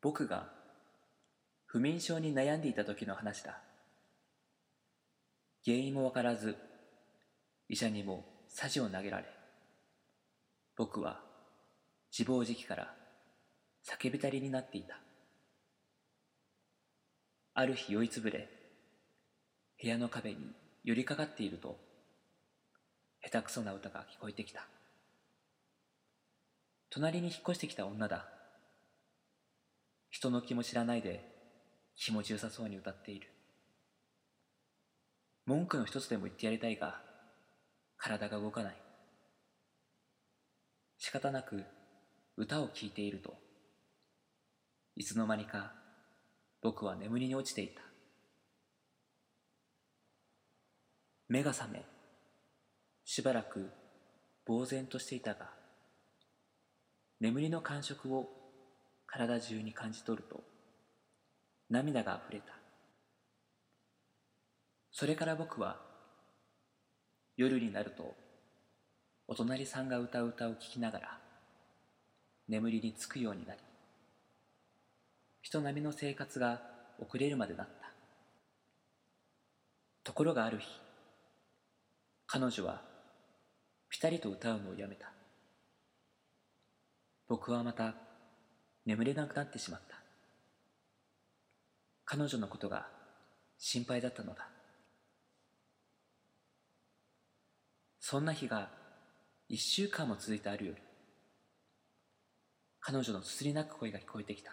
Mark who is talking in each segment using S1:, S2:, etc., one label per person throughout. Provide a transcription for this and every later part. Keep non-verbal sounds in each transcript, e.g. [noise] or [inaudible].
S1: 僕が不眠症に悩んでいた時の話だ原因もわからず医者にも匙を投げられ僕は自暴自棄から叫びたりになっていたある日酔いつぶれ部屋の壁に寄りかかっていると下手くそな歌が聞こえてきた隣に引っ越してきた女だ人の気も知らないで気持ちよさそうに歌っている文句の一つでも言ってやりたいが体が動かない仕方なく歌を聴いているといつの間にか僕は眠りに落ちていた目が覚めしばらく呆然としていたが眠りの感触を体中に感じ取ると涙があふれたそれから僕は夜になるとお隣さんが歌う歌を聴きながら眠りにつくようになり人並みの生活が遅れるまでなったところがある日彼女はピタリと歌うのをやめた僕はまた眠れなくなってしまった彼女のことが心配だったのだそんな日が一週間も続いたある夜彼女のすすり泣く声が聞こえてきた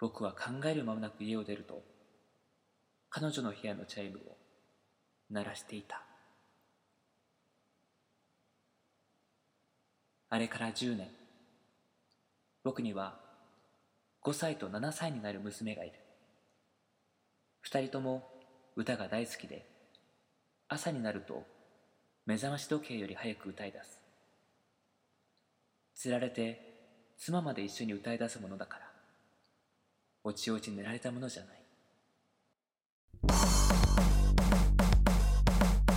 S1: 僕は考える間もなく家を出ると彼女の部屋のチャイムを鳴らしていたあれから10年僕には5歳と7歳になる娘がいる2人とも歌が大好きで朝になると目覚まし時計より早く歌い出すつられて妻まで一緒に歌い出すものだからおちおち寝られたものじゃない
S2: 「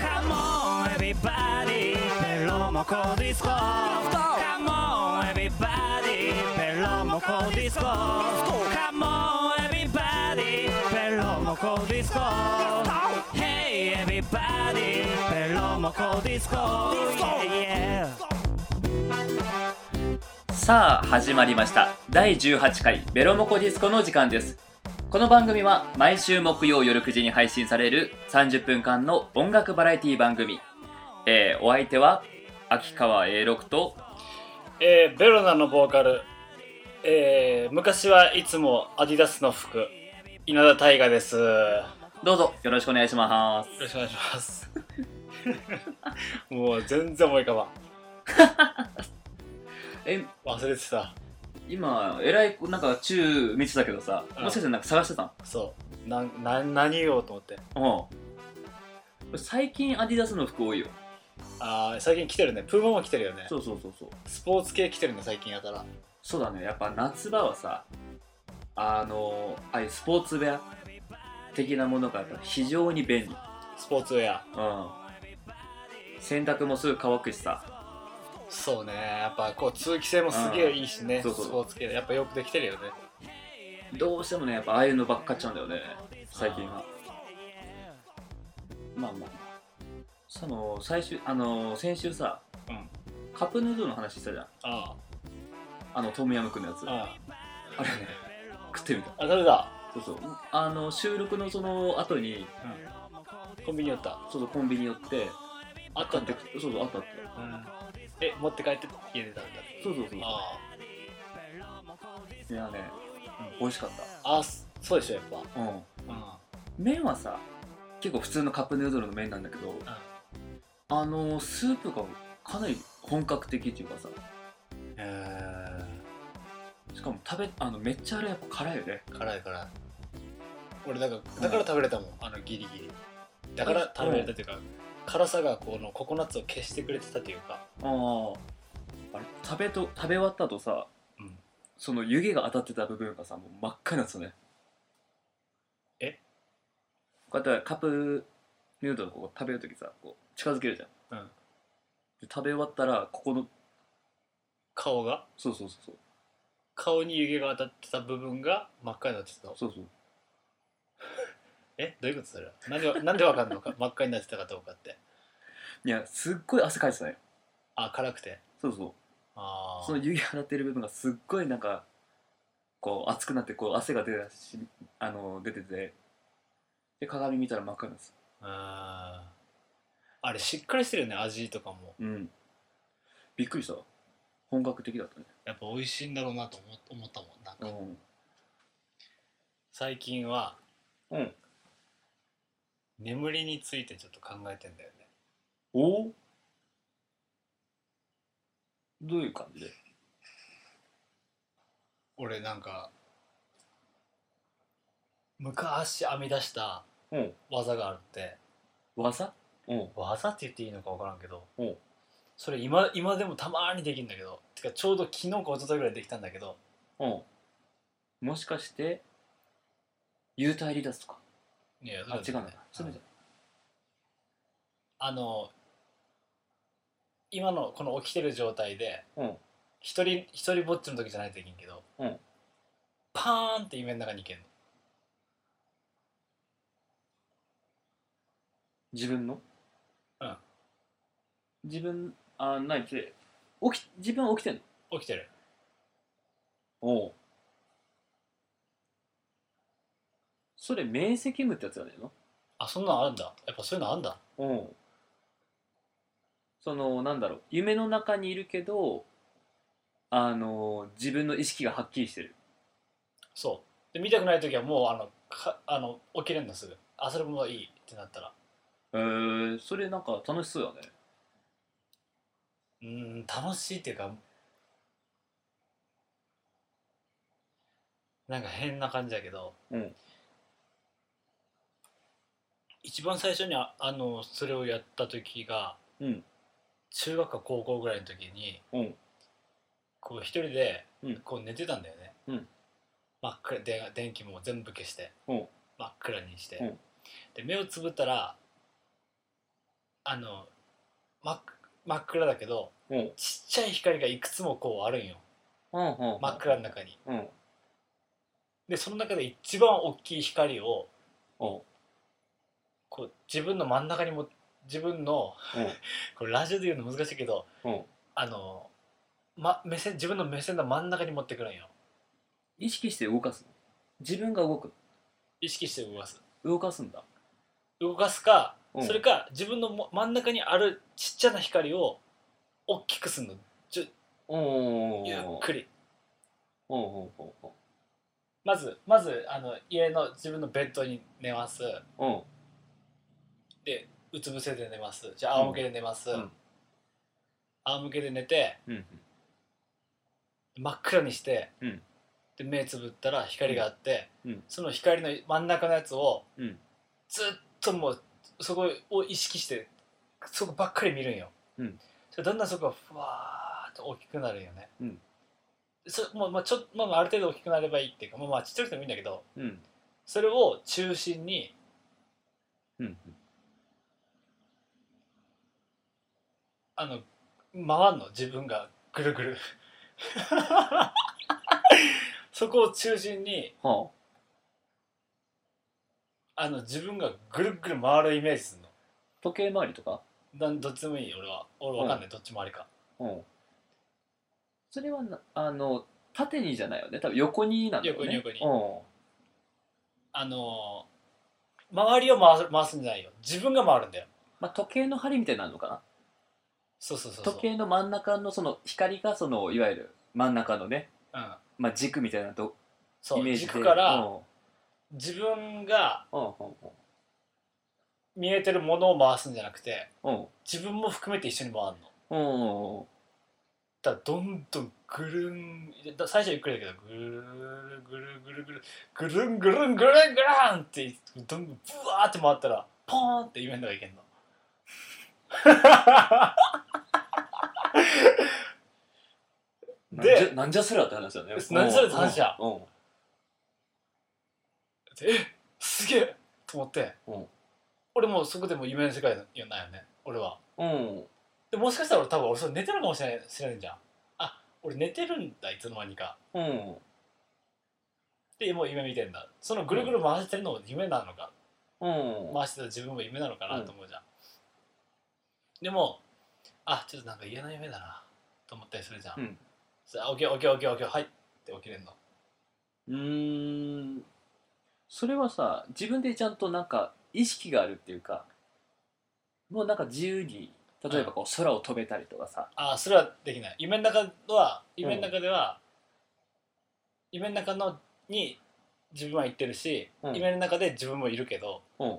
S2: カモンエビバディベロモコディスコ」「カモンエビバディベロモコディスコ」「カモンエビバディベロモコディスコ」「Hey everybody ベロモコディスコ」Yeah, yeah.
S1: さあ始まりました第18回ベロモコディスコの時間ですこの番組は毎週木曜夜9時に配信される30分間の音楽バラエティ番組、えーお相手は秋川 A6 と
S3: えーベロナのボーカル、えー昔はいつもアディダスの服稲田大我ですよ
S1: どうぞよろしくお願いします
S3: ろしくお願いします [laughs] もう全然思い浮かばん
S1: え
S3: 忘れてた
S1: 今えらいなんか中見てたけどさもしかしてなんか探してた
S3: そうなんなん何言おうと思って
S1: のうん最近アディダスの服多いよ
S3: あー最近来てるねプーマも来てるよね
S1: そうそうそうそう
S3: スポーツ系来てるね最近やから
S1: そうだねやっぱ夏場はさあのああいうスポーツウェア的なものがやっぱ非常に便利うん
S3: スポーツウェア
S1: 洗濯もすぐ乾くしさ
S3: そうねやっぱこう通気性もすげえいいしね、
S1: そうそう
S3: スポーツ系やっぱよくできてるよね
S1: どうしてもねやっぱああいうのばっかっちゃうんだよね最近はまあまあその最終あの先週さ、
S3: うん
S1: カップヌードルの話したじゃん
S3: あ
S1: あのトムヤムクンのやつ
S3: あ
S1: あ
S3: あ
S1: れね食ってみた
S3: ああ食べた
S1: そうそうあの収録のその後に
S3: コンビニ寄った
S1: そうそうコンビニ寄って
S3: あった
S1: 買っ
S3: ん
S1: て
S3: だ
S1: きてそうそうあったあった
S3: うんえ持って帰って家で食べたんだ
S1: そうそうそう
S3: あ
S1: いやね、
S3: うん
S1: 美味しかっ
S3: ああすそうでしょやっぱ
S1: た、うん、
S3: う
S1: 麺はさ結構普通のカップヌードルの麺なんだけど、あのスープがかなり本格的っていうかさ
S3: んえ
S1: しかも食べあのめっちゃあれやっぱ辛いよね
S3: 辛い辛い俺だからだから食べれたもん、あのギリギリだから食べれたっていうか、辛さがこのココナッツを消してくれてたというか
S1: あーあれ食べと食べ終わったとさ、
S3: うん
S1: その湯気が当たってた部分がさもう真っ赤になってたね
S3: え
S1: こうやってカップヌードルこう食べるときさこう近づけるじゃん、
S3: うん
S1: で食べ終わったらここの
S3: 顔が
S1: そうそうそうそう
S3: 顔に湯気が当たってた部分が真っ赤になってたの
S1: そうそう
S3: えどういうことそれはなんでわなん [laughs] でわかんのか真っ赤になってたかどうかって
S1: いやすっごい汗かいてたね
S3: あ辛くて
S1: そうそう
S3: ああ
S1: その湯気放ってる部分がすっごいなんかこう熱くなってこう汗が出たしあの出ててで鏡見たら真っ赤なんです
S3: ああれしっかりしてるよね味とかも
S1: うんびっくりした本格的だったね
S3: やっぱ美味しいんだろうなと思思ったもんなんか、
S1: うん
S3: 最近は
S1: うん
S3: 眠りについてちょっと考えてんだよね
S1: おどういう感じで
S3: 俺なんか昔編み出した
S1: うん
S3: 技があるって
S1: 技うん
S3: 技って言っていいのか分からんけど
S1: うん
S3: それ今今でもたまーにできるんだけどてかちょうど昨日か一昨日ぐらいできたんだけど
S1: うんもしかして幽体離脱とか
S3: いや
S1: あ違うな
S3: だからね
S1: そういうのじ
S3: あの今のこの起きてる状態で、
S1: うん
S3: 一人一人ぼっちの時じゃないといけんけど、
S1: うん
S3: パーンって夢の中に行けんの
S1: 自分の
S3: うん
S1: 自分あないって起き自分は起きてんの
S3: 起きてる
S1: おうそれ明晰夢ってやつじゃねえの
S3: あそんなんあるんだやっぱそういうのあるんだ
S1: おうそのなんだろう夢の中にいるけどあの自分の意識がはっきりしてる
S3: そうで見たくない時はもうあのかあの起きれんのすぐあそれもいいってなったら
S1: へえそれなんか楽しそうだね
S3: うーん楽しいっていうかなんか変な感じだけど、
S1: うん
S3: 一番最初にああのそれをやった時が、
S1: うん
S3: 中学か高校ぐらいの時に、
S1: うん
S3: こう一人で、
S1: うん
S3: こう寝てたんだよね、
S1: うん
S3: 真っ暗で電気も全部消して、
S1: うん
S3: 真っ暗にして、
S1: うん
S3: で目をつぶったらあの真っ真っ暗だけど
S1: おう
S3: ちっちゃい光がいくつもこうあるんよ
S1: うんうん
S3: 真っ暗の中に
S1: うん
S3: でその中で一番大きい光を
S1: おう
S3: こう自分の真ん中にも自分の
S1: うん
S3: [laughs] これラジオで言うの難しいけど
S1: うん
S3: あの、ま、目線自分の目線の真ん中に持ってくるんよ
S1: 意識して動かすの自分が動く
S3: 意識して動かす
S1: 動かすんだ
S3: 動かすか、
S1: うん
S3: それか自分のも真ん中にあるちっちゃな光を大きくするの
S1: おお
S3: ゆっくり
S1: おおおおお
S3: まずまずあの家の自分のベッドに寝ます
S1: お
S3: でうつ伏せで寝ますじゃあ仰向けで寝ます、
S1: うんうん
S3: 仰向けで寝て
S1: うん
S3: 真っ暗にして、
S1: うん
S3: で目つぶったら光があって、
S1: うんうん
S3: その光の真ん中のやつを、
S1: うん
S3: ずっともうそこを意識してそこばっかり見るんよ、
S1: うん
S3: それだんだんそこがふわーっと大きくなるよね、
S1: うん
S3: そもうまあ、ちょまあまあある程度大きくなればいいっていうか、まあ、まあちっちゃくてもいいんだけど
S1: うん
S3: それを中心に
S1: うん
S3: あの回んの自分がぐる
S1: [laughs]
S3: ぐるそこを中心に
S1: は
S3: あの自分がぐるぐる回るイメージするの
S1: あ時計回りとか
S3: なんどっちでもいい俺は俺わかんない、どっちもありか
S1: うんそれはなあの縦にじゃないよね多分横になんだよね
S3: 横に横に
S1: 横
S3: あのー周りを回す回すんじゃないよ自分が回るんだよ
S1: まあ、時計の針みたいになるのかな
S3: そうそうそうそう
S1: 時計の真ん中のその光がそのいわゆる真ん中のね、
S3: うん
S1: まあ、軸みたいなとイ
S3: そ
S1: メー
S3: う
S1: ジで
S3: 軸から
S1: うん
S3: 自分が
S1: うんうん
S3: 見えてるものを回すんじゃなくて
S1: うんうん
S3: 自分も含めて一緒に回るの
S1: うんうん
S3: だからどんどんぐるんだ最初はゆっくりだけどぐるぐるぐるぐるぐるんぐるんぐるんぐるんってどんどんブワーって回ったらポーンって夢の中いけんので
S1: なんじゃなんじゃそりゃって話だね
S3: なんじゃそりゃって話だ
S1: うん
S3: でえすげえと思って、
S1: うん
S3: 俺もうそこでもう夢の世界なんよね俺は
S1: うん
S3: でもしかしたら俺多分俺それ寝てるかもしれない知らないじゃんあ俺寝てるんだいつの間にか
S4: うん
S3: でもう夢見てんだそのぐるぐる回してるのも夢なのか
S4: うん
S3: 回してた自分も夢なのかなと思うじゃん、でもあちょっとなんか嫌な夢だなと思ったりするじゃん、
S4: うん
S3: それあ起きよう起きよう起きよう起きようはいって起きれんの
S1: うーんそれはさ自分でちゃんとなんか意識があるっていうかもうなんか自由に例えばこう空を飛べたりとかさ、
S3: あそれはできない夢の中は夢の中では、夢の中のに自分は行ってるし、
S4: うん
S3: 夢の中で自分もいるけど
S1: うん、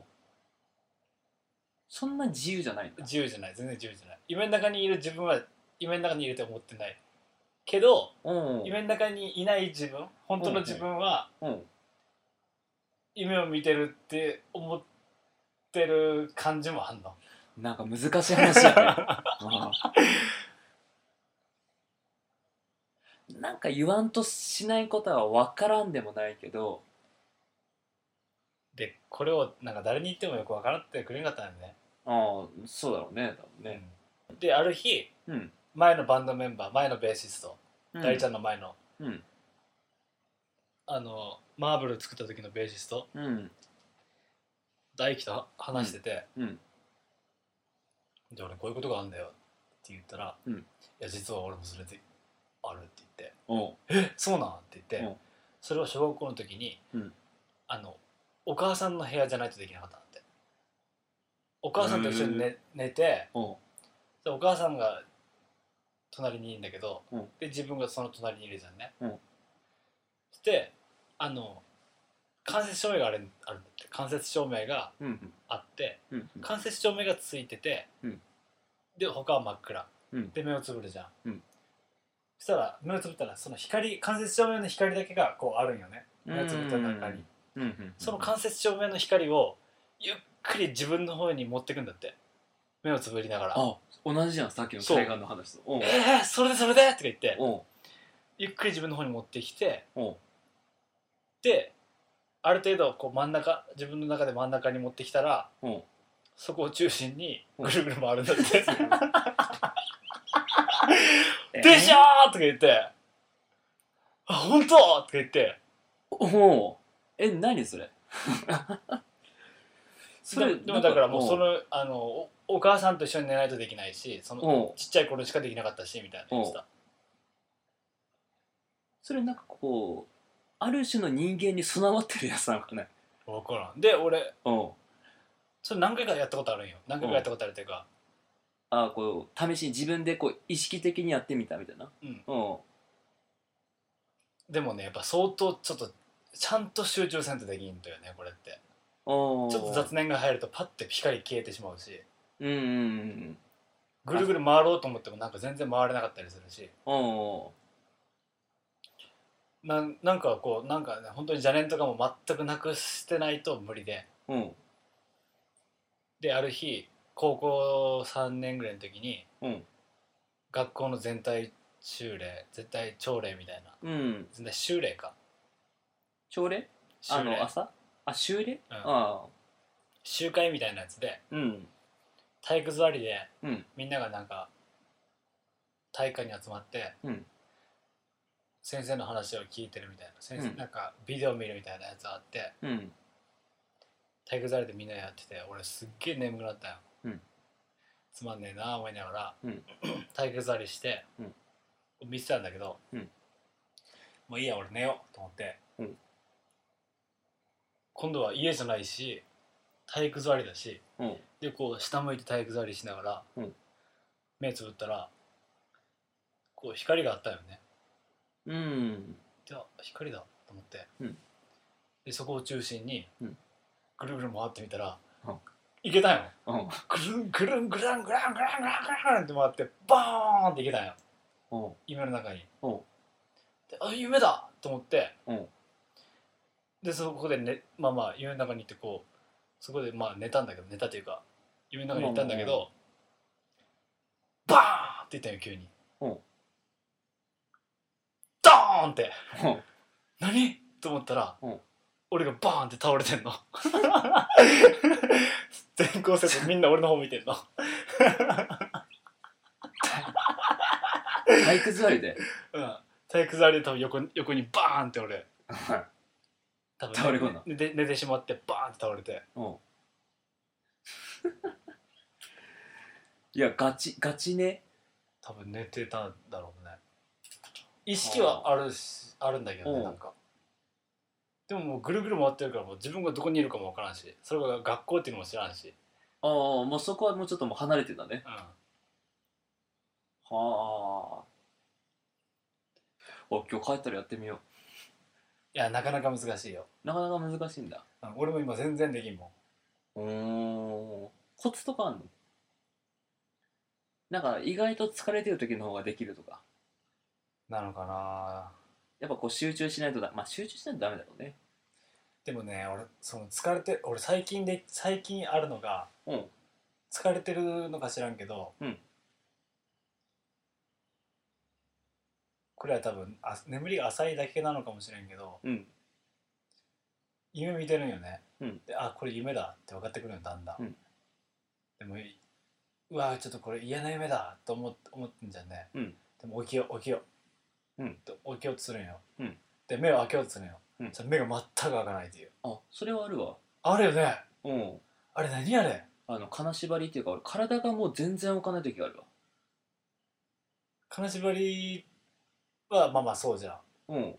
S1: そんな自由じゃないんだ
S3: 自由じゃない全然自由じゃない夢の中にいる自分は夢の中にいると思ってないけど
S4: うん
S3: 夢の中にいない自分本当の自分は
S4: うん
S3: 夢を見てるって思ってる感じもあんの
S1: なんか難しい話だねうんなんか言わんとしないことは分からんでもないけど
S3: でこれをなんか誰に言ってもよく分からってくれなかったんだよ
S1: ああそうだろうね多分
S3: ね
S1: ね、、
S3: である日
S1: うん
S3: 前のバンドメンバー前のベーシスト
S1: うん
S3: 大ちゃんの前の、
S1: うん
S3: あのマーブル作った時のベーシスト
S1: うん
S3: 大輝と話してて、
S1: うん
S3: で俺こういうことがあるんだよって言ったら、
S1: うん
S3: いや実は俺もそれであるって言って
S1: おう
S3: 「そうなん?」って言って、
S1: うん
S3: それを小学校の時に、
S1: うん
S3: あのお母さんの部屋じゃないとできなかったんだってお母さんと一緒に
S1: へ
S3: 寝寝て
S1: おう
S3: でお母さんが隣にいるんだけど、
S1: うん
S3: で自分がその隣にいるじゃんね、
S1: うん
S3: そしてあの間接照明があるあるんだって間接照明が
S1: うん
S3: あって
S1: うん
S3: 間接照明がついてて、
S1: うん
S3: で他は真っ暗、
S1: うん
S3: で目をつぶるじゃん、
S1: うん
S3: そしたら目をつぶったらその光間接照明の光だけがこうあるんよね目をつぶった中に
S1: うんうん
S3: その間接照明の光をゆっくり自分の方に持ってくんだって目をつぶりながら
S1: あ同じじゃんさっきの海岸の話とおう
S3: 「えー、それでそれで!」とか言って
S1: おう
S3: ゆっくり自分の方に持ってきて
S1: おう
S3: である程度こう真ん中自分の中で真ん中に持ってきたら
S1: おう
S3: そこを中心にぐるぐる回るん
S1: [laughs]
S3: だって「でしょ!」とか言って「あ本当とか言って
S1: おうえ何
S3: [laughs]
S1: それそ
S3: で
S1: れ
S3: でもだからもうそ
S1: の
S3: のあのおお母さんと一緒に寝ないとできないしその
S1: おう
S3: ちっちゃい頃しかできなかったしみたいな言ってた
S1: それなんかこうある種の人間に備わってるやつなのかね
S3: 分からんで俺
S1: おう
S3: それ何回かやったことあるんよ何回かやったことあるっていうか
S1: あこう試しに自分でこう意識的にやってみたみたいな
S3: うん
S1: おう
S3: でもねやっぱ相当ちょっとちゃんと集中せんとできんだよねこれって
S1: おう
S3: ちょっと雑念が入るとパッて光消えてしまうし
S1: うんうんうん
S3: ぐるぐる回ろうと思ってもなんか全然回れなかったりするし
S1: おう
S3: なんなんかこうなんかね本当に邪念とかも全くなくしてないと無理で
S1: おう
S3: である日高校3年ぐらいの時に
S1: うん
S3: 学校の全体修例全体朝礼みたいな
S1: うん
S3: 全体修例か
S1: 朝礼
S3: 修
S1: あ
S3: 礼
S1: の朝あ修礼
S3: うん
S1: ああ
S3: 集会みたいなやつで
S1: うん
S3: 体育座りで、
S1: うん
S3: みんながなんか体育館に集まって、
S1: うん
S3: 先生の話を聞いてるみたいな先生、
S1: うん
S3: なんかビデオ見るみたいなやつあって、
S1: うん
S3: 体育座りでみんなやってて俺すっげえ眠くなったよ、
S1: うん
S3: つまんねえなあ思いながら、 [clears throat]
S1: うん
S3: 体育座りして、
S1: うん
S3: 見てたんだけど、
S1: うん
S3: もういいや俺寝ようと思って、
S1: うん
S3: 今度は家じゃないし体育座りだし
S1: おう
S3: でこう下向いて体育座りしながら、
S1: うん
S3: 目つぶったらこう光があったよね
S1: うん
S3: であ光だと思って、
S1: うん
S3: でそこを中心に、
S1: うん
S3: ぐるぐる回ってみたら、
S1: うん
S3: いけたんよ
S1: おう
S3: ぐるんぐるんぐるんぐるんぐるんぐるんぐるんって回ってバーンっていけたんよ
S1: おう
S3: 夢の中に
S1: おう
S3: であ夢だと思って、
S1: うん
S3: でそこで、ね、まあまあ夢の中に行ってこうそこでまあ寝たんだけど寝たというか夢の中に行ったんだけど、バーンっていったんよ急に、
S1: うん
S3: ドーンって
S1: おう
S3: 何と思ったら、
S1: うん
S3: 俺がバーンって倒
S1: [laughs]
S3: れてんの全校生徒みんな俺の方見てんの
S1: 体育座りで
S3: うん体育座りで多分横に横にバーンって俺多分
S1: 倒れ込んだ
S3: 寝て寝てしまってバーンって倒れて
S1: うんいやガチガチね
S3: 多分寝てたんだろうね意識はあるしあるんだけど
S1: う
S3: ね
S1: ん
S3: なんかでももうぐるぐる回ってるからもう自分がどこにいるかも分からんしそれが学校っていうのも知らんし、
S1: ああもうそこはもうちょっともう離れてたね
S3: うん、
S1: はああ今日帰ったらやってみよ
S3: いやなかなか難しいよ、
S1: うなかなか難しいんだ
S3: うん俺も今全然できんもん
S1: うんコツとかあんのなんか意外と疲れてる時の方ができるとか
S3: なのかな
S1: やっぱこう集中しないとだまあ集中しないとダメだろうね
S3: でもね俺その疲れて俺最近で最近あるのが
S1: うん
S3: 疲れてるのか知らんけど、
S1: うん
S3: これは多分あ眠りが浅いだけなのかもしれんけど
S1: うん
S3: 夢見てるんよね、
S1: うん
S3: であこれ夢だって分かってくるのだんだん、
S1: うん
S3: でもうわちょっとこれ嫌な夢だと思っ思ってんじゃんね、
S1: うん
S3: でも起きよう起きよう、
S1: うん
S3: と起きようとするんよ、
S1: うん
S3: で目を開けようとするんよ、
S1: うん
S3: そしたら目が全く開かないっていう
S1: あそれはあるわ
S3: あるよね
S1: うん
S3: あれ何あれ
S1: あの金縛りっていうか俺体がもう全然置かない時があるわ
S3: 金縛りはまあまあそうじゃん
S1: うん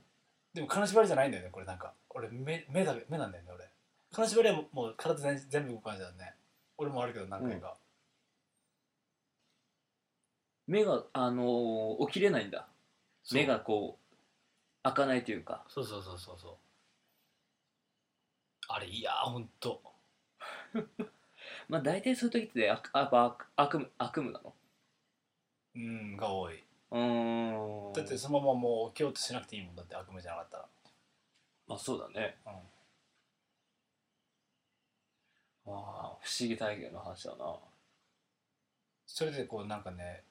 S3: でも金縛りじゃないんだよねこれなんか俺目目だ目なんだよね俺金縛りはもうもう体全全部動かないじゃんね俺もあるけど何回か、
S1: 目があのー起きれないんだ
S3: そう
S1: 目がこう開かないというか
S3: そうそうそうそうそうあれいやーほんと
S1: まあ大体そういう時ってあやっぱ悪夢悪夢なの
S3: うんが多いう
S1: ーん
S3: だってそのままもう起きようとしなくていいもんだって悪夢じゃなかったら
S1: まあそうだね
S3: うん
S1: あー不思議体験の話だな
S3: それでこうなんかね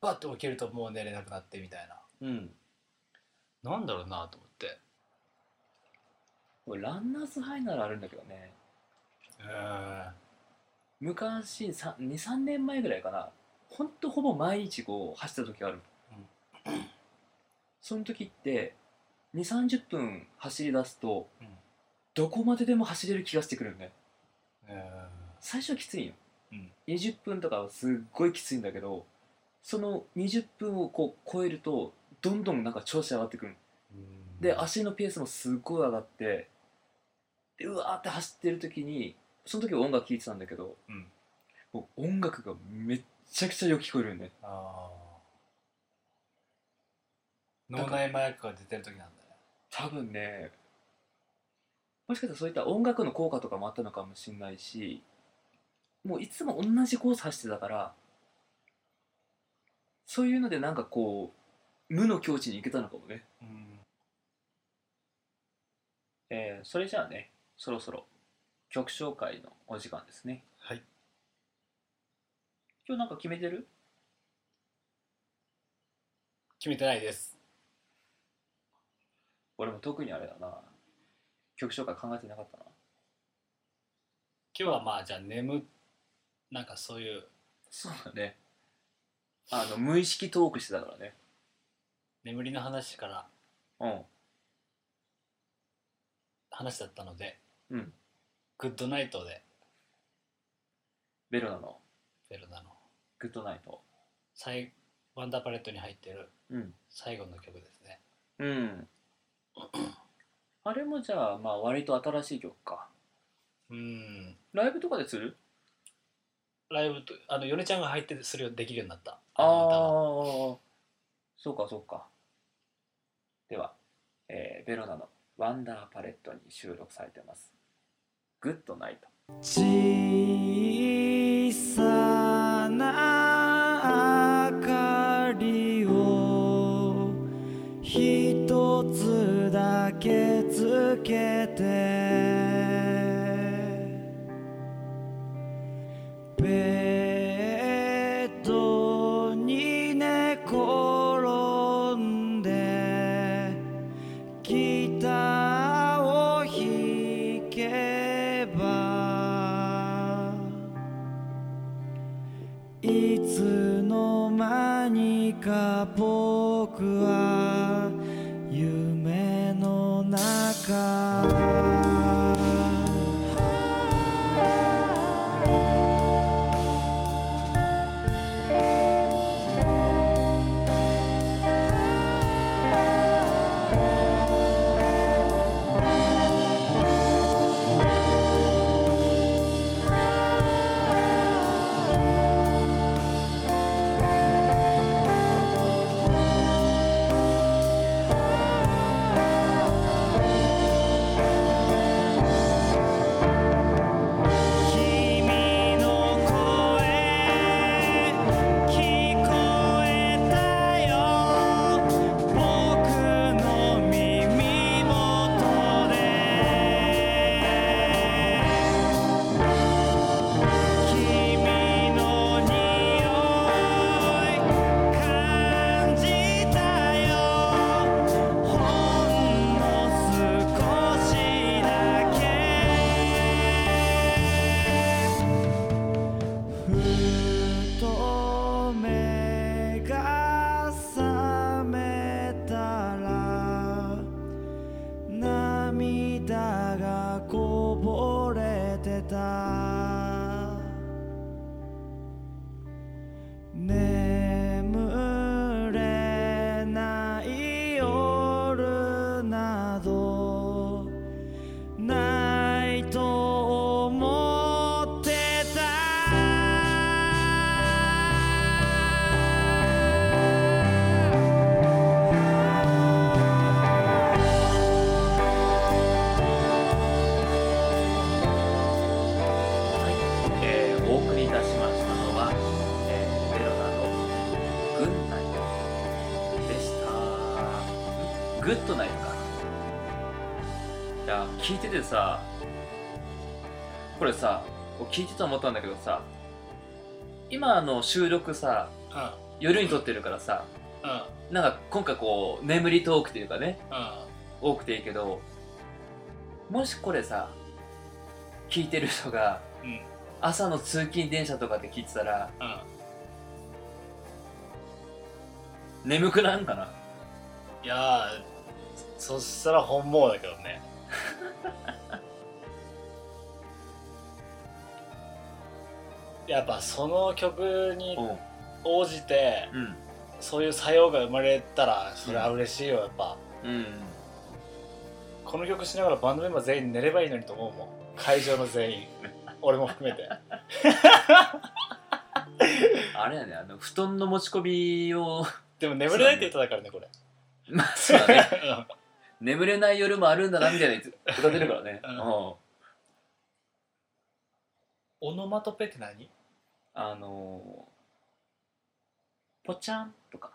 S3: バッと起きるともう寝れなくなってみたい
S1: うん
S3: ななんだろうなと思って
S1: 俺ランナーズハイならあるんだけどね
S3: うん
S1: 昔23年前ぐらいかなほんとほぼ毎日こう走った時ある、その時って2 3 0分走り出すと、
S3: うん
S1: どこまででも走れる気がしてくるよね
S3: うん
S1: 最初はきついんよ、
S3: うん
S1: 20分とかはすっごいきついんだけどその20分をこう超えるとどんどんなんか調子上がってくるで足のペースもすっごい上がってでうわーって走ってる時にその時は音楽聴いてたんだけど、
S3: うん
S1: もう音楽がめっちゃくちゃよく聞こえるよね
S3: あー脳内麻薬が出てる時なんだね
S1: 多分ねもしかしたらそういった音楽の効果とかもあったのかもしれないしもういつも同じコース走ってたからそういうのでなんかこう無の境地に行けたのかもね
S3: うん
S1: えーそれじゃあねそろそろ曲紹介のお時間ですね
S3: はい
S1: 今日なんか決めてる
S3: 決めてないです
S1: 俺も特にあれだな曲紹介考えてなかったな
S3: 今日はまあじゃあ眠なんかそういう
S1: そうだねあの無意識トークしてたからね
S3: 眠りの話から
S1: うん
S3: 話だったので、
S1: うん
S3: グッドナイトで
S1: ベロナの
S3: ベルナの
S1: グッドナイト
S3: 最ワンダーパレットに入ってる
S1: うん
S3: 最後の曲ですね
S1: うんあれもじゃあまあ割と新しい曲か
S3: うん
S1: ライブとかでする
S3: ライブとあのヨネちゃんが入ってそれをできるようになった
S1: あ
S3: の歌が
S1: あそうかそうかでは、えーベロナの「ワンダーパレット」に収録されてます「グッドナイト」
S2: 小さな明かりを一つだけつけてベッドに寝転んでギターを弾けばいつの間にか僕か君の声聞こえたよ僕の耳元で君の匂い感じたよほんの少しだけふと目が覚めたら涙がこぼれてた眠れない夜などないと思ってた
S1: はい、えー、お送りいたしましたのは、えー、ベロナのグッナイトでした。グッドナイトか。いや、聞いててさ、これさ、聞いてて思ったんだけどさ、今あの収録さ、夜に撮ってるからさ、
S3: うんうん
S1: なんか今回こう、眠りトークというかね、
S3: うん
S1: 多くていいけどもしこれさ聞いてる人が、
S3: うん
S1: 朝の通勤電車とかで聞いてたら
S3: うん
S1: 眠くなんかない
S3: やーそしたら本望だけどね [laughs] やっぱその曲に
S1: うん
S3: 応じて
S1: うん
S3: そういう作用が生まれたらそれは嬉しいよやっぱ
S1: うん
S3: この曲しながらバンドメンバー全員寝ればいいのにと思うもん会場の [laughs] 全員俺も含めて
S1: あれやねあの布団の持ち込みを
S3: でも眠れないって言っただからねこれ
S1: まあそうだね
S3: [laughs] うん
S1: 眠れない夜もあるんだなみたいなやつ歌ってるからね、
S3: うん
S1: うん
S3: [laughs] オノマトペって何
S1: あのー、ポチャンとか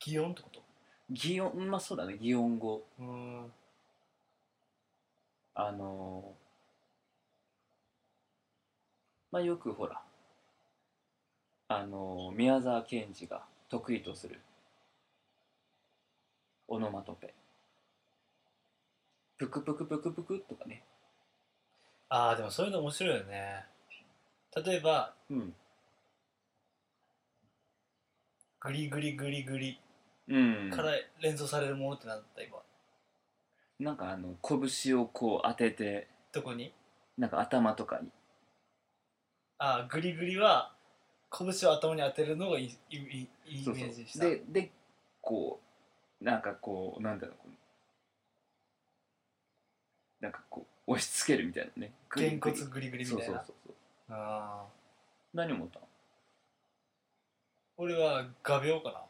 S3: 擬音ってこと
S1: 擬音まあそうだね擬音語
S3: うーん
S1: あのーまあよくほらあのー宮沢賢治が得意とするオノマトペプクプクプクプクとかね
S3: ああでもそういうの面白いよね例えば
S1: うん
S3: グリグリグリグリ
S1: うん
S3: から連想されるものってなんだった今
S1: なんかあの拳をこう当てて
S3: どこに
S1: なんか頭とかに
S3: ああグリグリは拳を頭に当てるのがいいいいいいイ
S1: そう
S3: メ
S1: そう
S3: ージした
S1: ででこうなんかこうなんだろうこうなんかこう押し付けるみたいなねグリ
S3: げん
S1: グ
S3: こ
S1: リ
S3: つグリグリみ
S1: そう
S3: たい
S1: そう
S3: な
S1: そうそう
S3: ああ
S1: 何思った
S3: 俺は画鋲か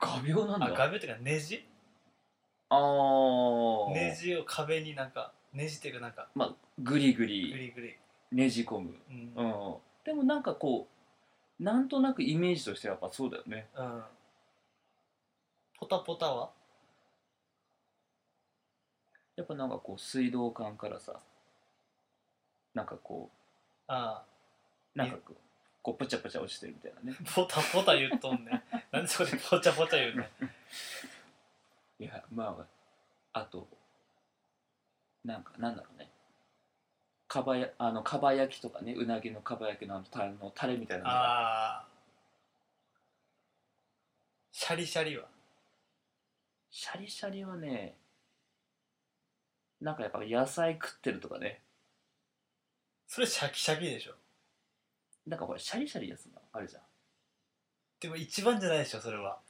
S1: 画鋲な
S3: なあ
S1: あ
S3: 画鋲っていうかネジ
S1: あー
S3: ネジを壁になんかネジっていうかなんか
S1: まあグリグ
S3: グ
S1: リ
S3: リグリ、
S1: ねじ込む、
S3: うん
S1: うんでもなんかこうなんとなくイメージとしてはやっぱそうだよね
S3: うん、ポタポタは
S1: やっぱなんかこう水道管からさなんかこ
S3: あ
S1: うなんかこうこうプチャプチャ落ちてるみたいなね
S3: あポタポタ言っとんね [laughs] なんでそこでポチャポチャ言うね
S1: いやまああとなんかなんだろうねかばやあのかば焼きとかねうなぎのかば焼きのあのタレのタレみたいなのが
S3: ああシャリシャリは
S1: シャリシャリはね、なんかやっぱ野菜食ってるとかね、
S3: それシャキシャキでしょ
S1: なんかほら、シャリシャリやつもあるじゃん。
S3: でも一番じゃないでしょそれは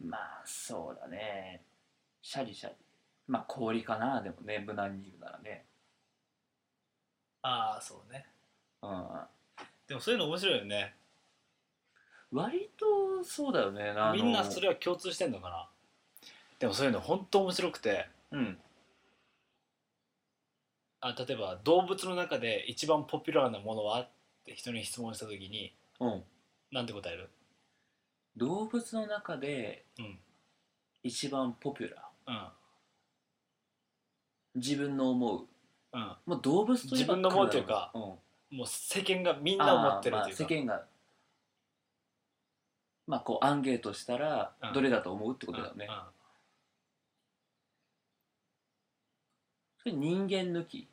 S1: まあそうだねシャリシャリまあ氷かなでもね無難に言うならね
S3: ああそうね
S1: うん
S3: でもそういうの面白いよね
S1: 割とそうだよねあの
S3: みんなそれは共通してんのかなでもそういうの本当面白くて
S1: うん
S3: あ例えば動物の中で一番ポピュラーなものはって人に質問した時に
S1: うん
S3: なんて答える
S1: 動物の中で
S3: うん
S1: 一番ポピュラ
S3: うん
S1: ー自分の思う
S3: うん
S1: もう動物といえば
S3: 自分の思うというか
S1: 彼らの
S3: もう世間がみん
S1: うん、
S3: な思ってる
S1: あ
S3: と
S1: ー
S3: いう
S1: まあ、世間
S3: か、
S1: がまあこうアンケートしたら
S3: うん
S1: どれだと思うってことだよね、それ人間抜き
S3: うんうん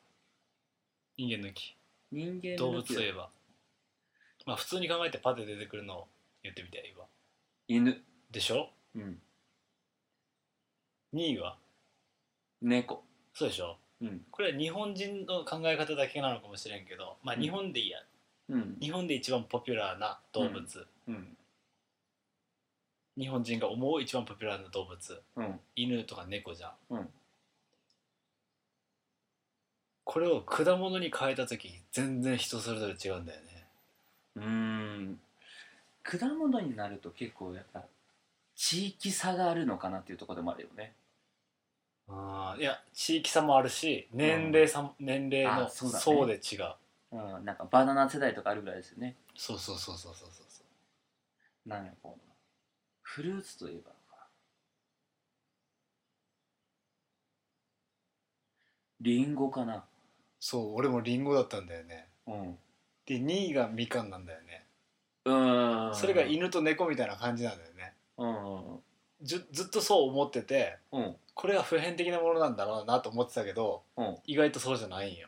S3: 人間抜き
S1: 人間抜き
S3: 動物といえ
S1: ば
S3: ばまあ普通に考えてパッて出てくるのを言ってみて今
S1: 犬
S3: でしょ
S1: うん
S3: 2位は
S1: 猫
S3: そうでしょ
S1: うん
S3: これは日本人の考え方だけなのかもしれんけどまあ
S1: うん
S3: 日本でいいや、
S1: うん
S3: 日本で一番ポピュラーな動物、
S1: うん
S3: 日本人が思う一番ポピュラーな動物
S1: うん
S3: 犬とか猫じゃん、
S1: うん
S3: これを果物に変えた時全然人それぞれ違うんだよね
S1: うーん果物になると結構やっぱ地域差があるのかなっていうところでもあるよね
S3: あーいや地域差もあるし年齢差も、年齢の
S1: あそうだね
S3: 層で違う
S1: うんなんかバナナ世代とかあるぐらいですよね
S3: そうそうそうそうそうそうそう
S1: なんやこうフルーツといえばリンゴかな
S3: そう俺もリンゴだったんだよね
S1: うん
S3: で2位がみかんなんだよね
S1: うーん
S3: それが犬と猫みたいな感じなんだよね
S1: うん
S3: ずずっとそう思ってて
S1: うん
S3: これが普遍的なものなんだろうなと思ってたけど
S1: う
S3: 意外とそうじゃないんよ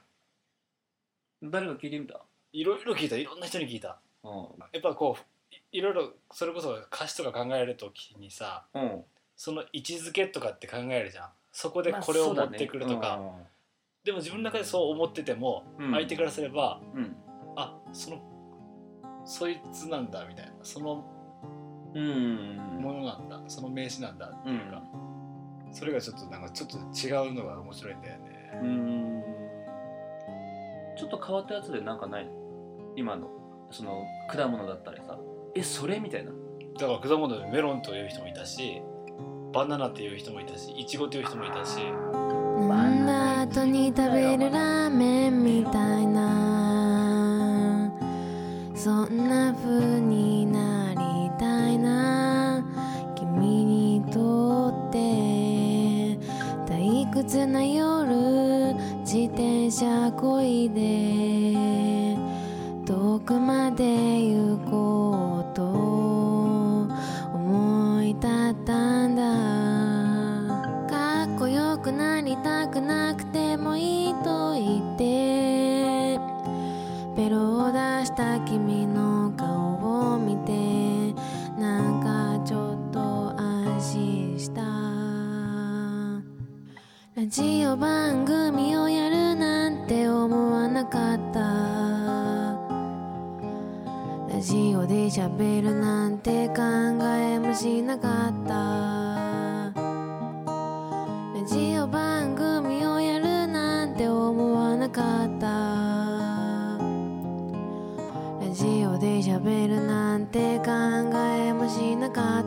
S1: ん誰が聞いてみた
S3: いろいろ聞いたいろんな人に聞いた
S1: うん
S3: やっぱこういいろいろそれこそ歌詞とか考える時にさ
S1: うん
S3: その位置づけとかって考えるじゃんそこでこれを持ってくるとか、でも自分の中でそう思ってても、
S1: うん
S3: 相手からすれば
S1: うん
S3: あそのそいつなんだみたいなその
S1: うん
S3: ものなんだ、その名詞なんだって
S1: う
S3: い
S1: ん
S3: うか、それがちょっとなんかちょっと違うのが面白いんだよね
S1: うーんちょっと変わったやつでなんかない今のその果物だったりさえそれみたいな
S3: だから果物でメロンという人もいたしバナナっていう人もいたしいちごという人もいたし
S5: 飲んだ後に食べるラーメンみたいなそんな風になりたいな君にとって退屈な夜自転車こいで遠くまで行こうと思い立ったんだかっこよくなりたくなくてもいいと言ってベロを出した君の顔を見てなんかちょっと安心したラジオ番組をやるなんて思わなかったラジオで喋るなんて考えもしなかったラジオ番組をやるなんて思わなかったラジオで喋るなんて考えもしなかっ